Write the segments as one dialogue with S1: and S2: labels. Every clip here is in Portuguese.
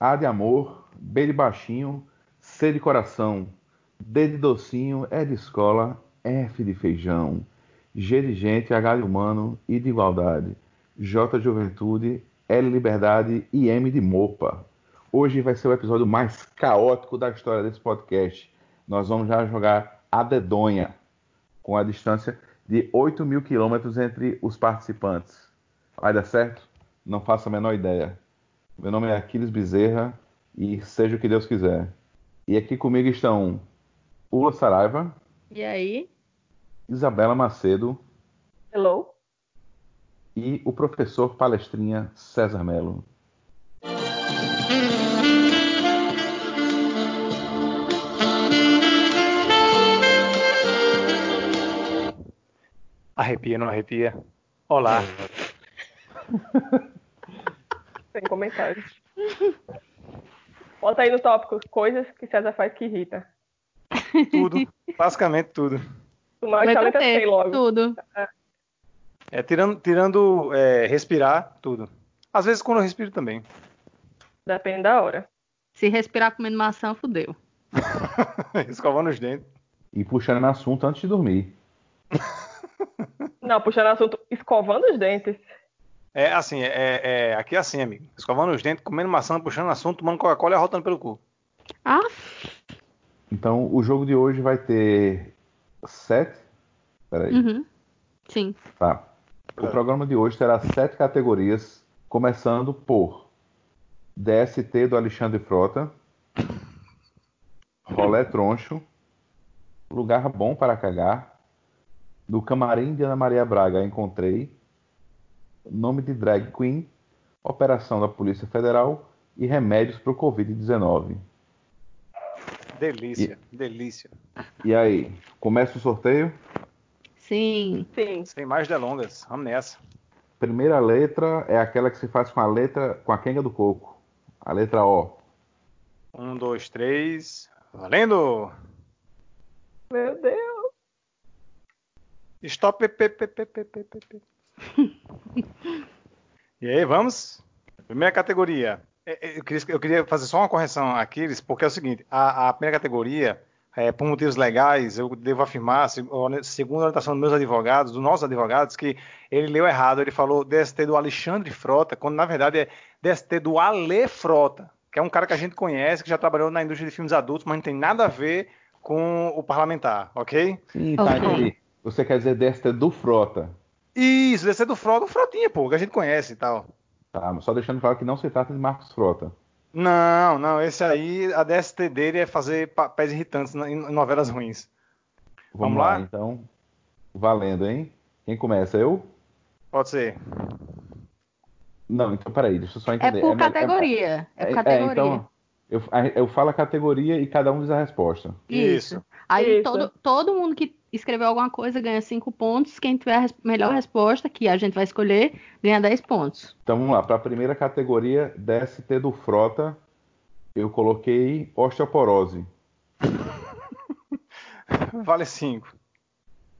S1: A de amor, B de baixinho, C de coração, D de docinho, E de escola, F de feijão, G de gente, H de humano, I de igualdade, J de juventude, L de liberdade e M de mopa. Hoje vai ser o episódio mais caótico da história desse podcast. Nós vamos já jogar a dedonha, com a distância de 8 mil quilômetros entre os participantes. Vai dar certo? Não faço a menor ideia. Meu nome é Aquiles Bezerra e seja o que Deus quiser. E aqui comigo estão Ula Saraiva,
S2: E aí?
S1: Isabela Macedo
S2: Hello?
S1: e o professor palestrinha César Melo.
S3: Arrepia, não arrepia? Olá,
S4: Sem comentários. Bota aí no tópico, coisas que César faz que irrita.
S3: tudo, basicamente tudo.
S4: Tu mais
S2: Letra
S4: talento
S2: T,
S4: sei logo.
S2: Tudo.
S3: É, tirando tirando é, respirar, tudo. Às vezes quando eu respiro também.
S4: Depende da hora.
S2: Se respirar comendo maçã, fudeu.
S3: Escovando os dentes.
S1: E puxando assunto antes de dormir.
S4: Não, puxando assunto, escovando os dentes.
S3: É assim, é, é- aqui é assim, amigo. Escovando os dentes, comendo maçã, puxando assunto, tomando Coca-Cola e rotando pelo cu.
S2: Ah,
S1: Então o jogo de hoje vai ter sete. Peraí.
S2: uhum. sim.
S1: Tá. O programa de hoje terá sete categorias, começando por DST do Alexandre Frota, Rolé Troncho, Lugar Bom para Cagar, do Camarim de Ana Maria Braga Encontrei, Nome de Drag Queen, Operação da Polícia Federal e Remédios para o Covid-19.
S3: Delícia, delícia.
S1: E aí, começa o sorteio?
S2: Sim.
S4: Sim.
S3: Sem mais delongas, vamos nessa.
S1: Primeira letra é aquela que se faz com a letra, com a quenga do coco. A letra O.
S3: Um, dois, três. Valendo!
S4: Meu Deus.
S3: Stop. Pe, pe, pe, pe, pe, pe, pe. e aí, vamos? Primeira categoria. É, é, Eu queria, eu queria fazer só uma correção aqueles, porque é o seguinte: a, a primeira categoria, é, por motivos legais, eu devo afirmar, se- or- segundo a orientação dos meus advogados, dos nossos advogados, que ele leu errado. Ele falou DST do Alexandre Frota, quando na verdade é DST do Ale Frota, que é um cara que a gente conhece, que já trabalhou na indústria de filmes adultos, mas não tem nada a ver com o parlamentar, ok?
S1: Sim, tá
S2: Ok.
S1: entendi. Você quer dizer desta do Frota.
S3: Isso, deve ser do Frota, o Frotinha, pô, que a gente conhece e tal.
S1: Tá, mas só deixando claro que não se trata de Marcos Frota.
S3: Não, não, esse aí, a DST dele é fazer papéis irritantes na- em novelas ruins.
S1: Vamos,
S3: Vamos
S1: lá?
S3: lá?
S1: então. Valendo, hein? Quem começa? Eu?
S3: Pode ser.
S1: Não, então peraí, deixa eu só
S2: É
S1: entender.
S2: por
S1: melhor-
S2: categoria. É,
S1: é-
S2: por
S1: é,
S2: categoria.
S1: então, eu, a- eu falo a categoria e cada um diz a resposta.
S2: Isso.
S3: Isso.
S2: Aí
S4: Isso.
S2: todo, todo mundo que escreveu alguma coisa ganha cinco pontos. Quem tiver a res- melhor resposta, que a gente vai escolher, ganha 10 pontos.
S1: Então vamos lá, para a primeira categoria, DST do Frota, eu coloquei osteoporose.
S3: Vale cinco.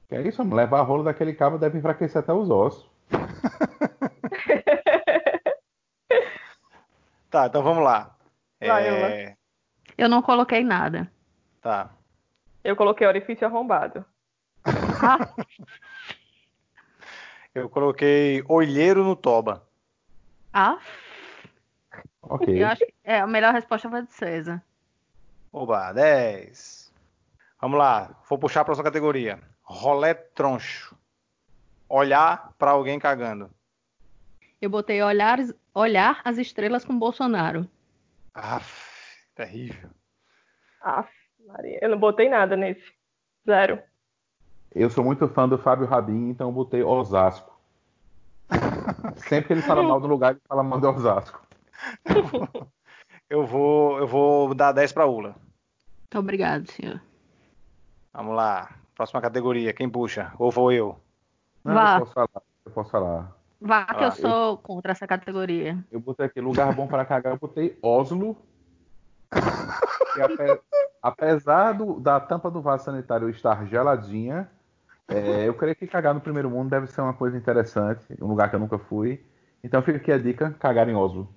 S1: Que é isso, mano, levar a rola daquele cabo deve enfraquecer até os ossos.
S3: Tá, então vamos lá. É,
S4: Vai,
S2: Eu não coloquei nada.
S3: Tá.
S4: Eu coloquei orifício arrombado.
S2: Ah,
S3: Eu coloquei olheiro no toba.
S2: ah,
S1: Ok.
S2: eu acho que é, a melhor resposta foi a de César.
S3: Oba, 10. Vamos lá, vou puxar a próxima categoria. Rolé troncho. Olhar pra alguém cagando.
S2: Eu botei olhar, olhar as estrelas com Bolsonaro.
S3: Aff, terrível.
S4: Aff, Maria. Eu não botei nada nesse. Zero.
S1: Eu sou muito fã do Fábio Rabin, então eu botei Osasco. Sempre que ele fala mal do lugar, ele fala mal de Osasco.
S3: Eu vou, eu vou dar 10 pra Ula.
S2: Obrigado, senhor.
S3: Vamos lá. Próxima categoria. Quem puxa? Ou vou eu?
S1: Não,
S2: Vá.
S1: eu posso falar. Eu posso falar.
S2: Vá que
S3: Ah,
S2: eu sou contra essa categoria.
S1: Eu botei aqui lugar bom para cagar, eu botei Oslo. E ape- apesar do- da tampa do vaso sanitário estar geladinha, é, eu creio que cagar no primeiro mundo deve ser uma coisa interessante, um lugar que eu nunca fui. Então fica aqui a dica, cagar em Oslo.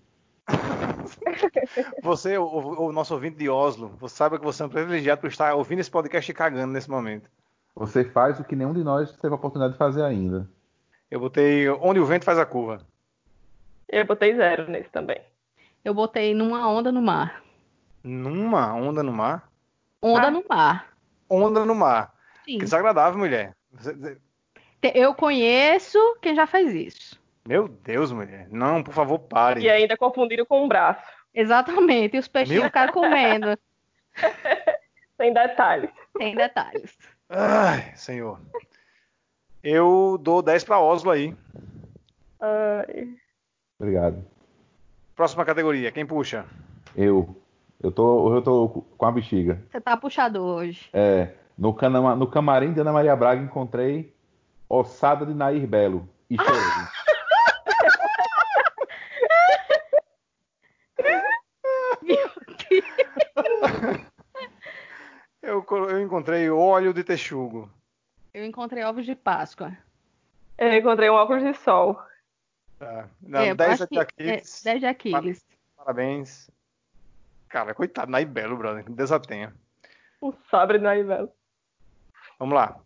S3: Você, o, o- o nosso ouvinte de Oslo, você sabe que você é um privilegiado por estar ouvindo esse podcast e cagando nesse momento.
S1: Você faz o que nenhum de nós teve a oportunidade de fazer ainda.
S3: Eu botei Onde o Vento Faz a Curva.
S4: Eu botei zero nesse também.
S2: Eu botei numa onda no mar.
S3: Numa onda no mar?
S2: Onda
S4: Ah.
S2: no mar.
S3: Onda no mar.
S2: Sim.
S3: Que desagradável, mulher. Você-
S2: Te- Eu conheço quem já faz isso.
S3: Meu Deus, mulher. Não, por favor, pare.
S4: E ainda confundiram com um braço.
S2: Exatamente. E os peixinhos
S3: Meu-
S2: ficaram comendo.
S4: Sem detalhes.
S2: Tem detalhes.
S3: Ai, senhor. Eu dou 10 pra Oslo aí.
S4: Ai,
S1: Obrigado.
S3: Próxima categoria. Quem puxa?
S1: Eu. Eu tô, eu tô com a bexiga.
S2: Você tá puxador hoje.
S1: É, no, cana- no camarim de Ana Maria Braga encontrei ossada de Nair Belo. E chorei.
S3: Eu, co- eu encontrei óleo de texugo.
S2: Eu encontrei ovos de Páscoa.
S4: eu encontrei um óculos de sol.
S3: Tá. Não,
S2: É, eu
S3: 10
S2: acho
S3: aqui.
S2: que- é, 10 de Aquiles.
S3: Parabéns. Cara, coitado, Nair Belo, brother. Que Deus a tenha.
S4: Um sabre de Narivelo.
S3: Vamos lá.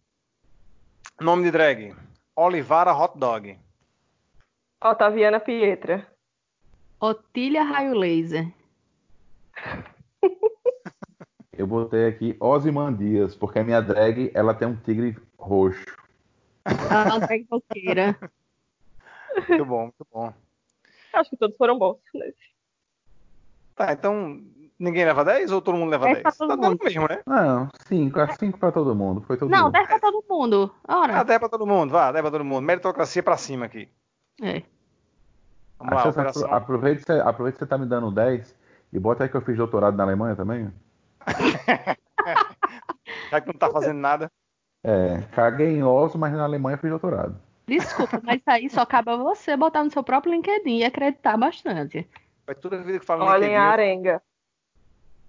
S3: Nome de drag: Olivara Hot Dog.
S4: Otaviana Pietra.
S2: Otília Raio Laser.
S1: Eu botei aqui Ozymandias, porque a minha drag ela tem um tigre roxo.
S2: André Boqueira.
S3: Muito bom, muito bom.
S4: Acho que todos foram bons. nesse.
S3: Tá, então ninguém leva 10 ou todo mundo leva
S2: Dez É
S3: 10?
S2: pra todo
S3: tá dando
S2: mundo.
S3: mesmo, né?
S1: Não, cinco, é cinco pra todo mundo. Foi todo
S2: Não,
S1: mundo.
S2: 10 pra todo mundo.
S3: Ah,
S2: Ora.
S3: 10 pra todo mundo, vá, 10 pra todo mundo. Meritocracia pra cima aqui.
S2: É.
S3: Vamos lá,
S1: Acho que
S3: operação.
S1: apro- Aproveita que você- aproveita que você tá me dando 10 e bota aí que eu fiz doutorado na Alemanha também.
S3: Já que não tá fazendo nada.
S1: É, caguei em Oslo, mas na Alemanha eu fiz doutorado.
S2: Desculpa, mas isso aí só cabe a você botar no seu próprio LinkedIn e acreditar bastante.
S3: Mas toda vez que fala em
S4: Olhem
S3: LinkedIn,
S4: a
S3: eu-
S4: arenga.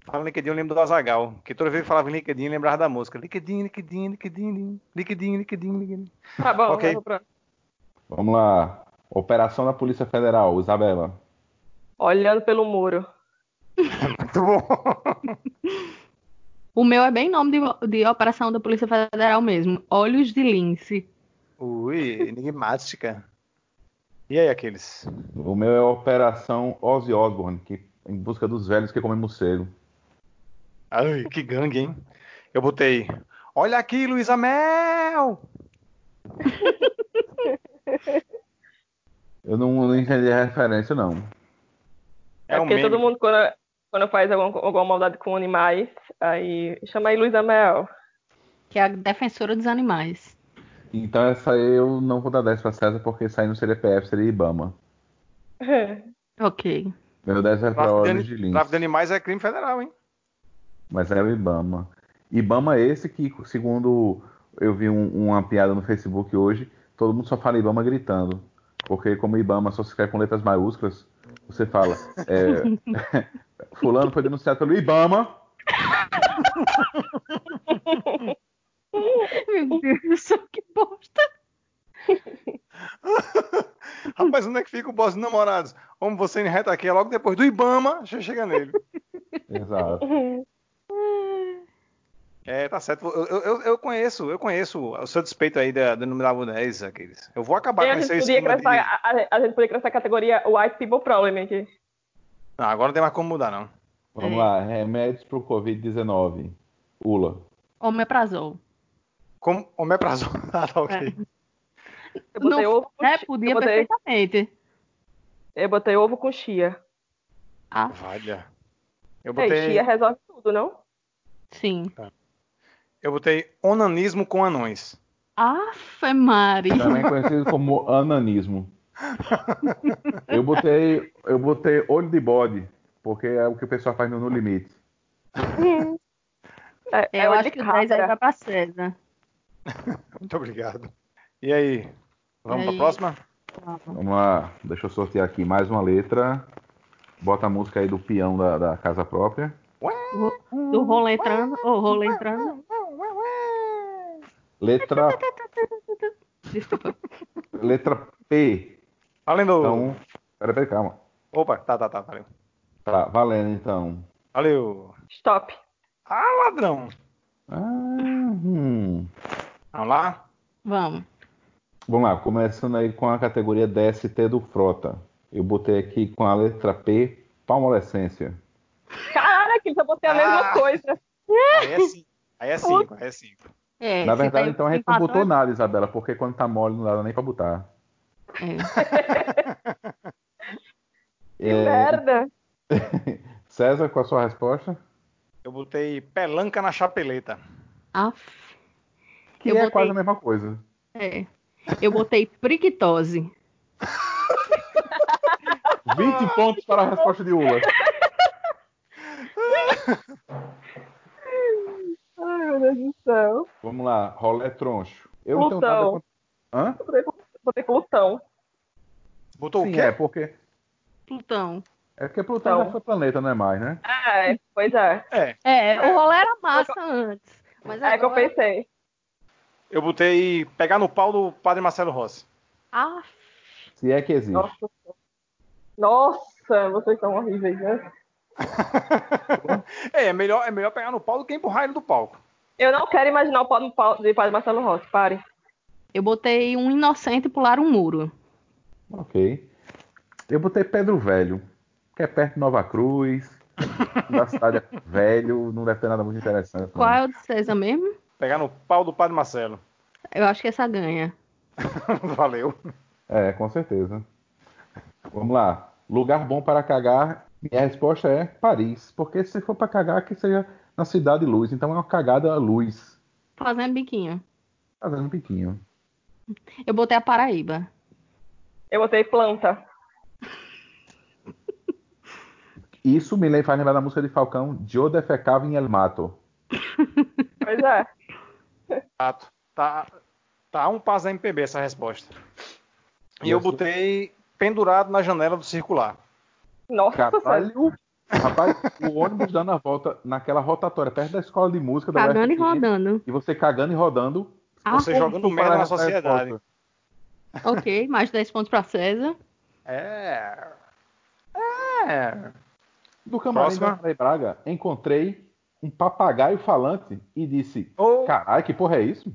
S3: fala em LinkedIn, eu lembro do Azagal. Que toda vez que falava em LinkedIn, eu lembrava da música. LinkedIn, LinkedIn, LinkedIn, LinkedIn, LinkedIn, LinkedIn.
S4: Tá bom,
S3: Ok.
S4: vamos pro próximo.
S1: Vamos lá. Operação da Polícia Federal, Isabela.
S4: Olhando pelo muro.
S3: Muito bom.
S2: O meu é bem nome de, de operação da Polícia Federal mesmo. Olhos de lince.
S3: Ui, enigmática. E aí, aqueles?
S1: O meu é Operação Ozzy Osbourne, que em busca dos velhos que comem morcego.
S3: Ai, que gangue, hein? Eu botei. Olha aqui, Luísa Mel!
S1: Eu não, não entendi a referência, não.
S4: É,
S3: É um
S4: porque
S3: meme.
S4: todo mundo, quando, quando faz alguma, alguma maldade com animais, aí chama aí Luísa Mel.
S2: Que é a defensora dos animais.
S1: Então essa aí eu não vou dar 10 pra César, porque isso aí não seria PF, seria Ibama.
S2: Ok.
S1: Meu 10 é pra
S3: Tráfico
S1: Olhos
S3: de ani-
S1: de Lince.
S3: Tráfico de animais é crime federal, hein?
S1: Mas era o Ibama. Ibama é esse que, segundo eu vi um- uma piada no Facebook hoje, todo mundo só fala Ibama gritando. Porque como Ibama só se escreve com letras maiúsculas, você fala. é, Fulano foi denunciado pelo Ibama.
S2: Meu Deus do céu, que bosta.
S3: Rapaz, onde é que fica o boss de namorados? Homem, você enreta aqui, é logo depois do Ibama, já chega nele.
S1: Exato.
S3: É, tá certo. Eu, eu- eu- eu conheço, eu conheço o seu despeito aí da- do número 10, aqueles. Eu vou acabar
S4: E
S3: com
S4: a,
S3: essa
S4: gente podia
S3: esquema
S4: acrescentar,
S3: de-
S4: a, a- a gente podia acrescentar a categoria White People Problem aqui.
S3: Não, agora não tem mais como mudar, não.
S1: Vamos lá, remédios pro Covid-19. Ula.
S2: Omeprazol.
S3: Como omeprazol. Ah, tá, ok.
S4: É. Eu botei,
S2: Não,
S4: ovo, com
S2: né?
S4: chi-
S2: Podia
S4: eu botei-
S2: perfeitamente.
S4: eu botei ovo com chia.
S2: Ah,
S3: Valha. Eu
S4: Ei,
S3: botei,
S4: chia resolve tudo, não?
S2: sim.
S3: eu botei onanismo com anões.
S2: Afe Mari.
S4: Tá.
S1: Também conhecido como ananismo. Eu botei, eu botei olho de bode, porque é o que o pessoal faz no No Limite.
S4: É,
S2: É,
S4: é
S2: eu
S4: o
S2: acho
S4: de
S2: que o 10 aí
S4: cabra.
S2: vai pra César.
S3: Muito obrigado. E aí? Vamos
S2: E
S3: para
S2: aí?
S3: a próxima?
S1: Vamos lá, deixa eu sortear aqui mais uma letra. Bota a música aí do peão da, da casa própria.
S2: Ro- Do rolo entrando, ô, rolo entrando.
S1: Letra,
S2: Desculpa.
S1: letra P.
S3: Valendo!
S1: Então, pera, pera, calma.
S3: Opa, tá, tá, tá, valeu.
S1: Tá, valendo então.
S3: Valeu!
S4: Stop.
S3: Ah, ladrão!
S1: Ah, hum.
S3: Vamos lá?
S2: Vamos.
S1: Vamos lá, começando aí com a categoria DST do Frota. Eu botei aqui com a letra P, palmolescência.
S4: Caraca, eu já botei a mesma
S3: Ah.
S4: coisa.
S3: Aí é 5, aí é 5, aí é 5.
S2: É,
S1: Na
S2: se
S1: verdade,
S2: tá-
S1: então a gente não
S2: empatou,
S1: botou nada, Isabela, porque quando tá mole não dá nem pra botar.
S2: é.
S4: Que
S3: É.
S4: merda.
S1: É, César, com a sua resposta?
S3: Eu botei pelanca na chapeleta.
S2: Aff.
S1: Que
S2: Eu
S1: é
S2: botei-
S1: quase a mesma coisa.
S2: É. Eu botei priquitose.
S1: 20 pontos para a resposta de Ula.
S4: Ai, meu Deus do céu.
S1: Vamos lá, rolé troncho. Eu
S4: Plutão.
S1: então tava. Hã?
S4: Eu botei- Botei Plutão.
S3: Botou o
S1: Sim,
S3: quê?
S1: é, porque.
S2: Plutão.
S1: É porque Plutão
S4: Então.
S1: já foi planeta, não é mais, né?
S4: Ah, é, pois é.
S3: É,
S2: É, o rolê era massa antes. Mas
S4: É que eu
S2: agora...
S4: pensei.
S3: eu botei pegar no pau do padre Marcelo Rossi.
S2: Aff.
S1: Se é que existe.
S4: Nossa. Nossa, vocês são horríveis, né?
S3: é, é melhor, é melhor pegar no pau do que empurrar ele do palco.
S4: Eu não quero imaginar o Paulo Paulo- de Padre Marcelo Rossi, pare.
S2: Eu botei um inocente pular um muro.
S1: Ok. Eu botei Pedro Velho, que é perto de Nova Cruz, da cidade é velho, não deve ter nada muito interessante. não.
S2: Qual é o de César mesmo?
S3: Pegar no pau do padre Marcelo.
S2: Eu acho que é essa ganha.
S3: Valeu.
S1: É, com certeza. Vamos lá. Lugar bom para cagar. Minha resposta é Paris, porque se for para cagar, que seja na cidade luz. Então é uma cagada à luz,
S2: Fazendo biquinho.
S1: fazendo um piquinho.
S2: Eu botei a Paraíba.
S4: Eu botei planta.
S1: Isso me lem- faz lembrar da música de Falcão, Joe defecava em El Mato.
S4: Pois é.
S3: Exato. Tá, tá um passo da MPB essa resposta. E eu
S1: Isso.
S3: botei pendurado na janela do circular.
S4: Nossa, Senhora.
S1: Caralho! Rapaz, o ônibus dando a volta naquela rotatória, perto da escola de música da
S2: Cagando e
S1: UFRJ,
S2: rodando.
S1: E você cagando e rodando.
S2: Ah,
S3: Você jogando
S1: tu
S3: merda
S1: fala
S3: na
S1: essa
S3: sociedade.
S1: resposta.
S2: ok, mais 10 pontos pra César.
S3: É. É.
S1: Do camarim
S3: Próxima.
S1: da Maria Braga, encontrei um papagaio falante e disse:
S3: Ou
S1: Caralho, que porra é isso?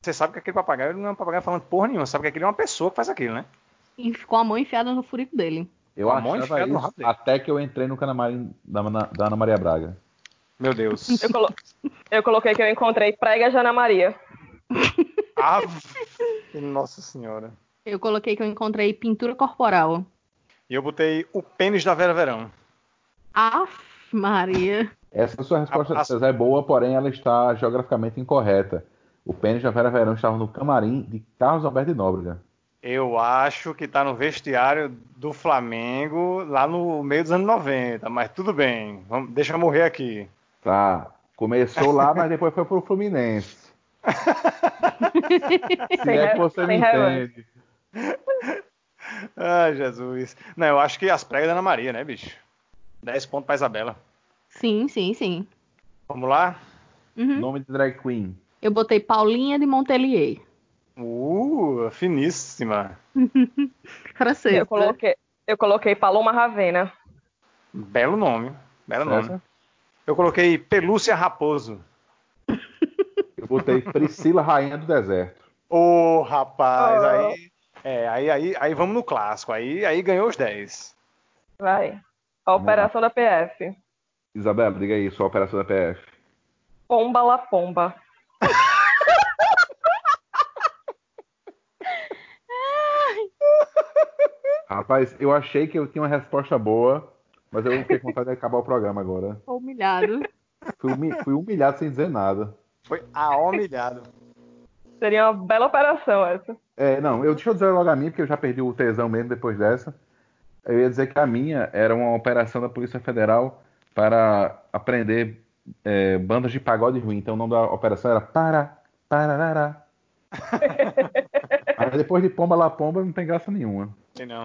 S3: você sabe que aquele papagaio não é um papagaio falando porra nenhuma, sabe que aquele é uma pessoa que faz aquilo, né?
S2: E ficou a mão enfiada no furico dele.
S1: Eu
S3: Com a mão
S1: achava
S3: enfiada no
S1: isso
S3: rabo dele.
S1: até que eu entrei no camarim da, Ana- da Ana Maria Braga.
S3: Meu Deus.
S4: Eu, colo- eu coloquei que eu encontrei prega Jana Maria.
S3: Ave- Nossa senhora.
S2: Eu coloquei que eu encontrei pintura corporal.
S3: E eu botei o pênis da Vera Verão.
S2: Aff, Maria.
S1: Essa sua resposta,
S3: A- a-
S1: César, é boa, porém ela está geograficamente incorreta. O pênis da Vera Verão estava no camarim de Carlos Alberto de Nóbrega.
S3: Eu acho que tá no vestiário do Flamengo lá no meio dos anos 90, mas tudo bem. Vamos, deixa eu morrer aqui.
S1: Tá. Começou lá, mas depois foi pro Fluminense. Se
S4: Sem
S1: é
S4: re-
S1: que você me
S4: sem relance.
S1: entende.
S3: Ai, Ah, Jesus. Não, eu acho que as pregas da Ana Maria, né, bicho? 10 pontos pra Isabela.
S2: Sim, sim, sim.
S3: Vamos lá?
S2: Uhum.
S1: Nome de drag queen.
S2: Eu botei Paulinha de Montpellier.
S3: Uh, finíssima.
S2: Francesa.
S4: Eu coloquei, eu coloquei Paloma Ravena.
S3: Belo nome. Belo nome.
S1: Essa?
S3: Eu coloquei Pelúcia Raposo.
S1: Eu botei Priscila Rainha do Deserto.
S3: Ô, rapaz,
S4: Oh.
S3: aí. É, aí, aí, aí vamos no clássico. Aí, aí ganhou os 10.
S4: Vai. A operação da PF.
S1: Isabela, diga aí, sua operação da PF.
S4: Pomba la pomba.
S1: Rapaz, eu achei que eu tinha uma resposta boa, mas eu fiquei com vontade de acabar o programa agora.
S2: Ficou humilhado.
S1: Fui, humi- fui humilhado sem dizer nada.
S3: Foi a humilhado.
S4: Seria uma bela operação essa.
S1: É, não, eu, deixa eu dizer logo a minha, porque eu já perdi o tesão mesmo depois dessa. Eu ia dizer que a minha era uma operação da Polícia Federal para aprender é, bandas de pagode ruim. Então o nome da operação era Para, Pararará. Aí depois de Pomba lá Pomba não tem graça nenhuma.
S3: Sei não.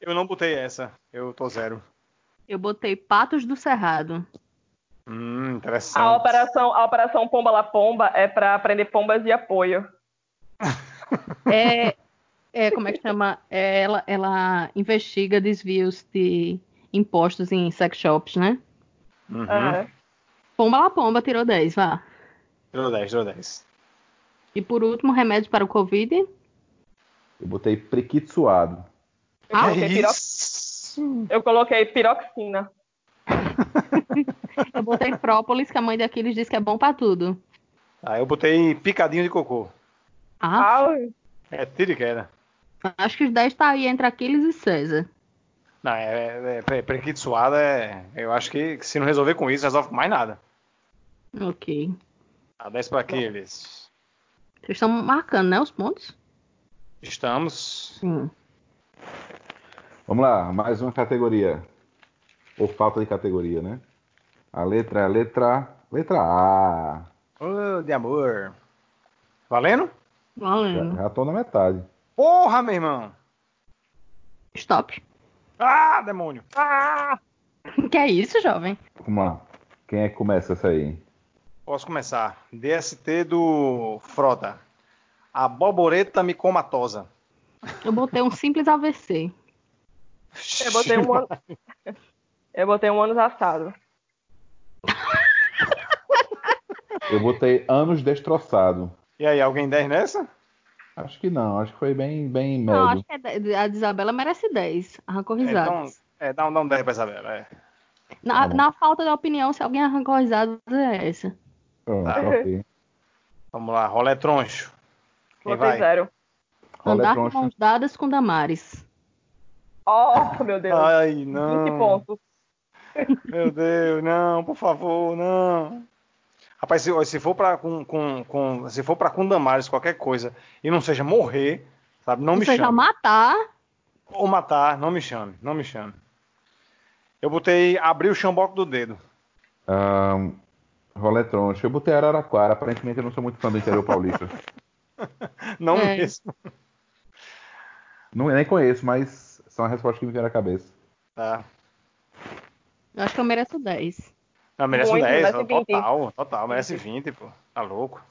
S3: Eu não botei essa. Eu tô zero.
S2: Eu botei Patos do Cerrado.
S3: Hum, interessante.
S4: A operação, a operação Pomba La Pomba é pra aprender pombas de apoio.
S2: É, é, como é que chama? É, ela, ela investiga desvios de impostos em sex shops, né?
S3: Uhum.
S1: Hum?
S4: Ah,
S2: Pomba lá pomba, tirou 10, vá.
S3: Tirou 10, tirou 10.
S2: E por último, remédio para o Covid.
S1: Eu botei prequitsuado.
S4: Ah,
S3: É
S4: ok, piro-
S3: isso.
S4: Eu coloquei piroxina.
S2: Eu botei própolis, que a mãe daqueles diz que é bom pra tudo.
S3: Ah, eu botei picadinho de cocô.
S2: Ah,
S4: Ah,
S3: É tiro e queda.
S2: acho que os 10 tá aí entre Aquiles e César.
S3: Não, é, é, é prequito suado é. Eu acho que se não resolver com isso, resolve com mais nada. Ah,
S2: Ok.
S3: A 10 para aqueles.
S2: Vocês estão marcando, né, os pontos?
S3: Estamos.
S2: Sim.
S1: Vamos lá, mais uma categoria. Ou falta de categoria, né? A letra é a letra. Letra A.
S3: Ô, de amor. Valendo?
S1: Já,
S2: Valendo.
S1: já tô na metade.
S3: Porra, meu irmão!
S2: Stop.
S3: Ah, demônio! Ah!
S2: Que é isso, jovem?
S1: Vamos lá. Quem é que começa essa aí?
S3: Posso começar. DST do Frota. Aboboreta micomatosa.
S2: Eu botei um simples AVC.
S4: eu botei um ano. Eu botei um ano assado.
S1: Eu botei anos destroçado.
S3: E aí, alguém 10 nessa?
S1: Acho que não, acho que foi bem, bem
S2: Não,
S1: médio.
S2: acho que é de- a de Isabela merece 10. Arrancou
S3: É, então,
S2: risadas.
S3: é, dá um, dá um 10 pra Isabela. É.
S2: na,
S1: Tá bom.
S2: na falta de opinião, se alguém arrancou risadas, é essa.
S1: Pronto,
S3: tá.
S1: Ah, ok.
S3: Vamos lá, rolé troncho. Quem
S4: Botei
S3: vai?
S4: zero.
S1: Rola é
S2: Andar com
S1: troncho.
S2: mãos dadas com Damares.
S4: Oh, meu
S3: um
S4: Deus.
S3: Ai,
S4: 20
S3: Ah, não.
S4: pontos.
S3: Meu Deus, não, por favor, não. Rapaz, se, ó, se for pra com, com, com- se for pra com Damares, qualquer coisa, e não seja morrer, sabe? Não
S2: Ou
S3: me
S2: seja,
S3: chame.
S2: matar.
S3: Ou matar, não me chame, não me chame. Eu botei abrir o chamboco do dedo.
S1: Ahn, Rolê troncho. Eu botei Araraquara, aparentemente eu não sou muito fã do interior paulista.
S3: Não
S2: É.
S3: mesmo.
S1: não, nem conheço, mas são as respostas que me vieram à cabeça.
S3: Tá.
S2: Eu acho que eu mereço 10.
S3: Não, merece
S4: Muito,
S3: 10,
S4: merece 20.
S3: total, total, merece 20, pô. Tá louco.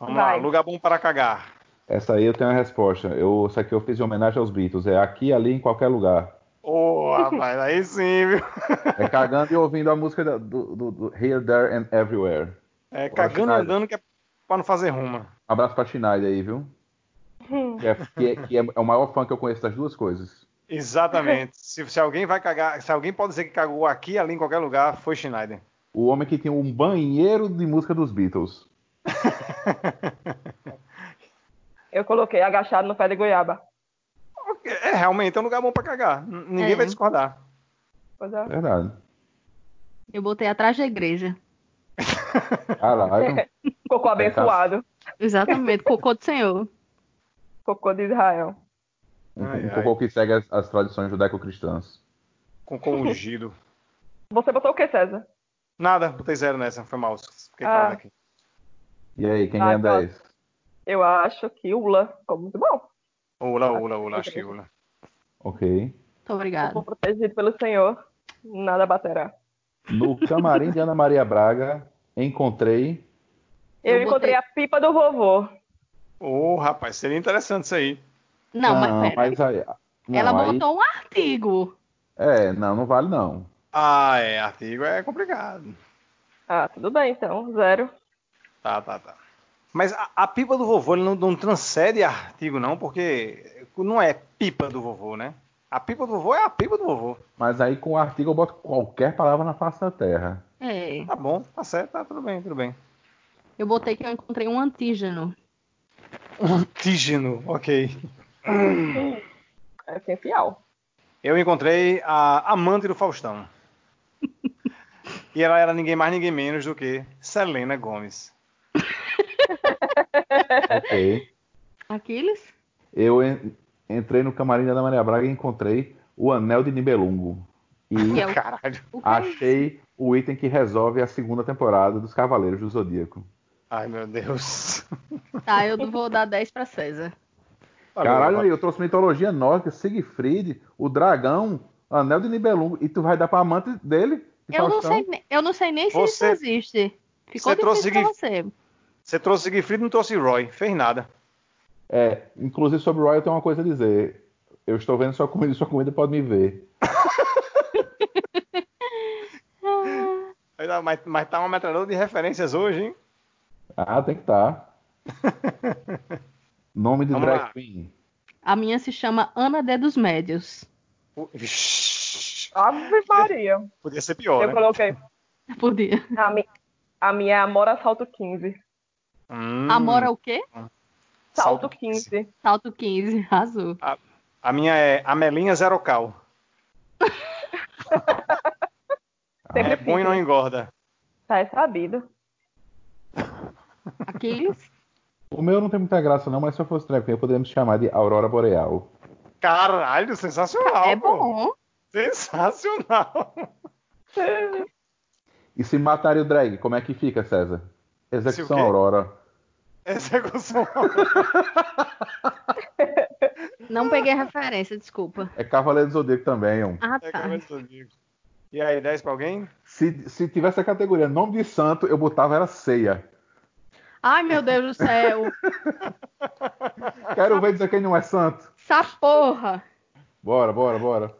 S3: Vamos
S4: Vai.
S3: lá, lugar bom para cagar.
S1: Essa aí eu tenho a resposta. Eu, essa aqui eu fiz em homenagem aos Beatles. É aqui, ali, em qualquer lugar.
S3: Ô, rapaz, aí sim, viu?
S1: É cagando e ouvindo a música da- do, do- do Here, There and Everywhere.
S3: É,
S1: Bora,
S3: cagando e
S1: Schneider.
S3: andando que é pra não fazer ruma.
S1: Um abraço pra Schneider aí, viu?
S2: Hum.
S1: Que é, que é- que é o maior fã que eu conheço das duas coisas.
S3: Exatamente. se, se alguém vai cagar, se alguém pode dizer que cagou aqui, ali, em qualquer lugar, foi Schneider.
S1: O homem que tinha um banheiro de música dos Beatles.
S4: Eu coloquei agachado no pé de goiaba.
S3: É, realmente é um lugar bom pra cagar. N- Ninguém
S2: É.
S3: vai discordar.
S4: Pois é.
S1: Verdade.
S2: Eu botei atrás da igreja.
S1: Ah Caralho.
S4: Um Cocô
S3: Tá
S4: abençoado.
S2: Exatamente, cocô do senhor.
S4: Cocô de Israel.
S1: Um,
S3: Ai,
S1: um
S3: ai.
S1: cocô que segue as, as tradições judaico-cristãs.
S3: Com congido.
S4: Você botou o que, César?
S3: Nada, botei zero nessa, foi mal. Fiquei
S4: Ah.
S3: falando aqui.
S1: E aí, quem
S4: Ah,
S1: ganha
S4: tá.
S1: 10?
S4: Eu acho que o Lã ficou muito bom.
S3: Ula, ula, ula, acho que ula.
S1: Ok.
S2: Muito obrigada.
S4: Vou protegido pelo Senhor. Nada baterá.
S1: No camarim de Ana Maria Braga, encontrei.
S4: Eu,
S2: Eu
S4: encontrei
S2: botei-
S4: a pipa do vovô.
S3: Ô, rapaz, seria interessante isso aí.
S2: Não, mas pera.
S1: Ah, aí. não,
S2: Ela
S1: aí-
S2: botou um artigo.
S1: É, não, não vale não.
S3: Ah, é, artigo é complicado.
S4: Ah, tudo bem, então. Zero.
S3: Tá, tá, tá. Mas a, a pipa do vovô ele não, não transcende artigo, não, porque não é pipa do vovô, né? A pipa do vovô é a pipa do vovô.
S1: Mas aí com o artigo eu boto qualquer palavra na face da terra.
S2: É.
S3: Tá bom, tá certo, tá tudo bem, tudo bem.
S2: Eu botei que eu encontrei um antígeno.
S3: Um antígeno, ok.
S4: É essencial.
S3: Eu encontrei a amante do Faustão. E ela era ninguém mais, ninguém menos do que Selena Gomes.
S1: Ok.
S2: Aquiles?
S1: Eu en- entrei no camarim da Ana Maria Braga e encontrei o anel de Nibelungo. E
S2: é o-
S3: Caralho.
S2: o que é isso?
S1: achei o item que resolve a segunda temporada dos Cavaleiros do Zodíaco.
S3: Ai, meu Deus.
S2: Tá, eu vou dar 10 pra César.
S1: Caralho, aí, eu trouxe mitologia nórdica, Siegfried, o dragão, Anel de Nibelungo, e tu vai dar pra amante dele? De
S2: Eu não,
S1: Faustão?
S2: sei, ne- eu não sei nem se isso
S3: Você-
S2: existe. Ficou
S3: você trouxe
S2: difícil pra você.
S3: Você trouxe Siegfried, não trouxe Roy. Fez nada.
S1: É, inclusive sobre o Roy eu tenho uma coisa a dizer. Eu estou vendo sua comida e sua comida pode me ver.
S3: Aí dá- Mas, mas tá uma metralhadora de referências hoje, hein?
S1: Ah, tem que estar. Nome de
S3: Vamos
S1: drag
S3: lá.
S1: queen.
S2: A minha se chama Ana D dos Médios.
S3: O- Vixi,
S4: Ave Maria.
S3: Podia ser pior,
S4: Eu
S3: né?
S4: coloquei.
S2: Podia.
S4: A, mi- a minha é Amora Salto 15.
S3: Hum,
S2: Amora o quê?
S4: Salto 15.
S2: Salto 15, azul.
S3: A minha é Amelinha Zerocal.
S4: Sempre
S3: É bom e não engorda.
S4: Tá, é sabido.
S2: Aquiles?
S1: O meu não tem muita graça, não, mas se eu fosse drag queen, eu poderia me chamar de Aurora Boreal.
S3: Caralho, sensacional.
S2: É
S3: pô.
S2: bom.
S3: Sensacional.
S1: E se matarem o drag, como é que fica, César?
S3: Se o
S1: Execução
S3: quê?
S1: Aurora.
S3: Execução.
S2: Não
S3: Ah.
S2: peguei a referência, desculpa.
S1: É Cavaleiro do Zodíaco também, ó.
S2: Ah,
S3: É
S2: tá.
S3: como eu sou digo. E aí, 10 pra alguém?
S1: Se, se tivesse a categoria nome de santo, eu botava era ceia.
S2: Ai, meu Deus do céu.
S1: Quero ver dizer quem não é santo.
S2: Essa porra.
S1: Bora, bora, bora.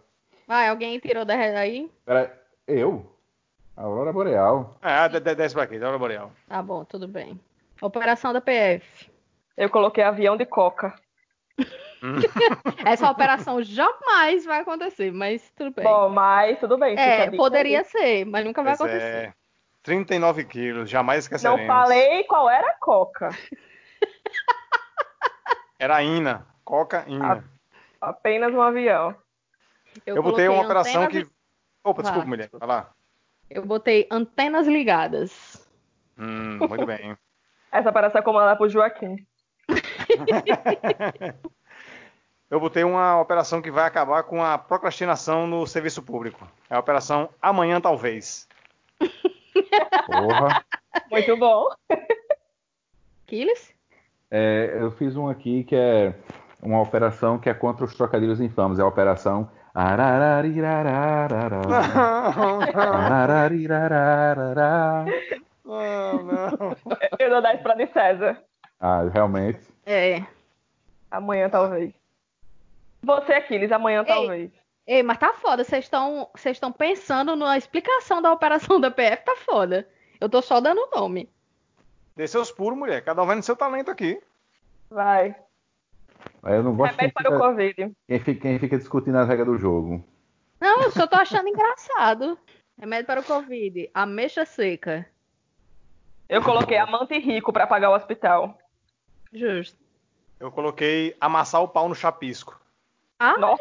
S2: Vai, alguém tirou da aí?
S1: Pera, eu? Aurora Boreal.
S3: Ah, 10 pra quê? Dora Boreal.
S2: Tá bom, tudo bem. Operação da PF.
S4: Eu coloquei avião de coca.
S2: Essa operação jamais vai acontecer, mas tudo bem.
S4: Bom, mas tudo bem. fica a
S2: é,
S4: dica
S2: poderia
S4: aí.
S2: ser, mas nunca vai
S3: Pois
S2: acontecer.
S3: é. 39 quilos, jamais
S4: Não
S3: esqueceremos.
S4: falei qual era a coca.
S3: Era a Ina. Coca Ina.
S4: Ah, Apenas um avião.
S3: eu, botei
S2: coloquei
S3: uma operação
S2: antenas-
S3: que. Opa, desculpa,
S2: Vai,
S3: mulher.
S2: desculpa.
S3: Vai lá.
S2: Eu botei antenas ligadas.
S3: Hum, muito bem.
S4: Essa parece acomodada pro Joaquim.
S3: Eu botei uma operação que vai acabar com a procrastinação no serviço público. É a operação Amanhã Talvez.
S1: Porra.
S4: Muito bom.
S2: Aquiles?
S1: É, eu fiz um aqui que é uma operação que é contra os trocadilhos infames. É a operação. Arararirararara.
S3: Não,
S1: Ah, Arararirararara.
S3: não, não.
S4: Eu dou 10 pra de César.
S1: Ah, realmente.
S2: É.
S4: Amanhã, talvez. Você, Aquiles, amanhã, talvez.
S2: Ei, mas tá foda. Vocês estão vocês estão pensando na explicação da operação da PF, tá foda. Eu tô só dando o nome.
S3: Dê seus puros, mulher. Cada um vai no seu talento aqui.
S4: Vai.
S1: Eu não gosto de quem
S4: Remédio para o
S1: fica,
S4: Covid.
S1: quem fica- quem fica discutindo as regras do jogo.
S2: Não, eu só tô achando engraçado. Remédio para o Covid. Ameixa seca.
S4: Eu coloquei amante rico pra pagar o hospital.
S2: Justo.
S3: Eu coloquei amassar o pau no chapisco.
S2: Ah,
S4: Nossa.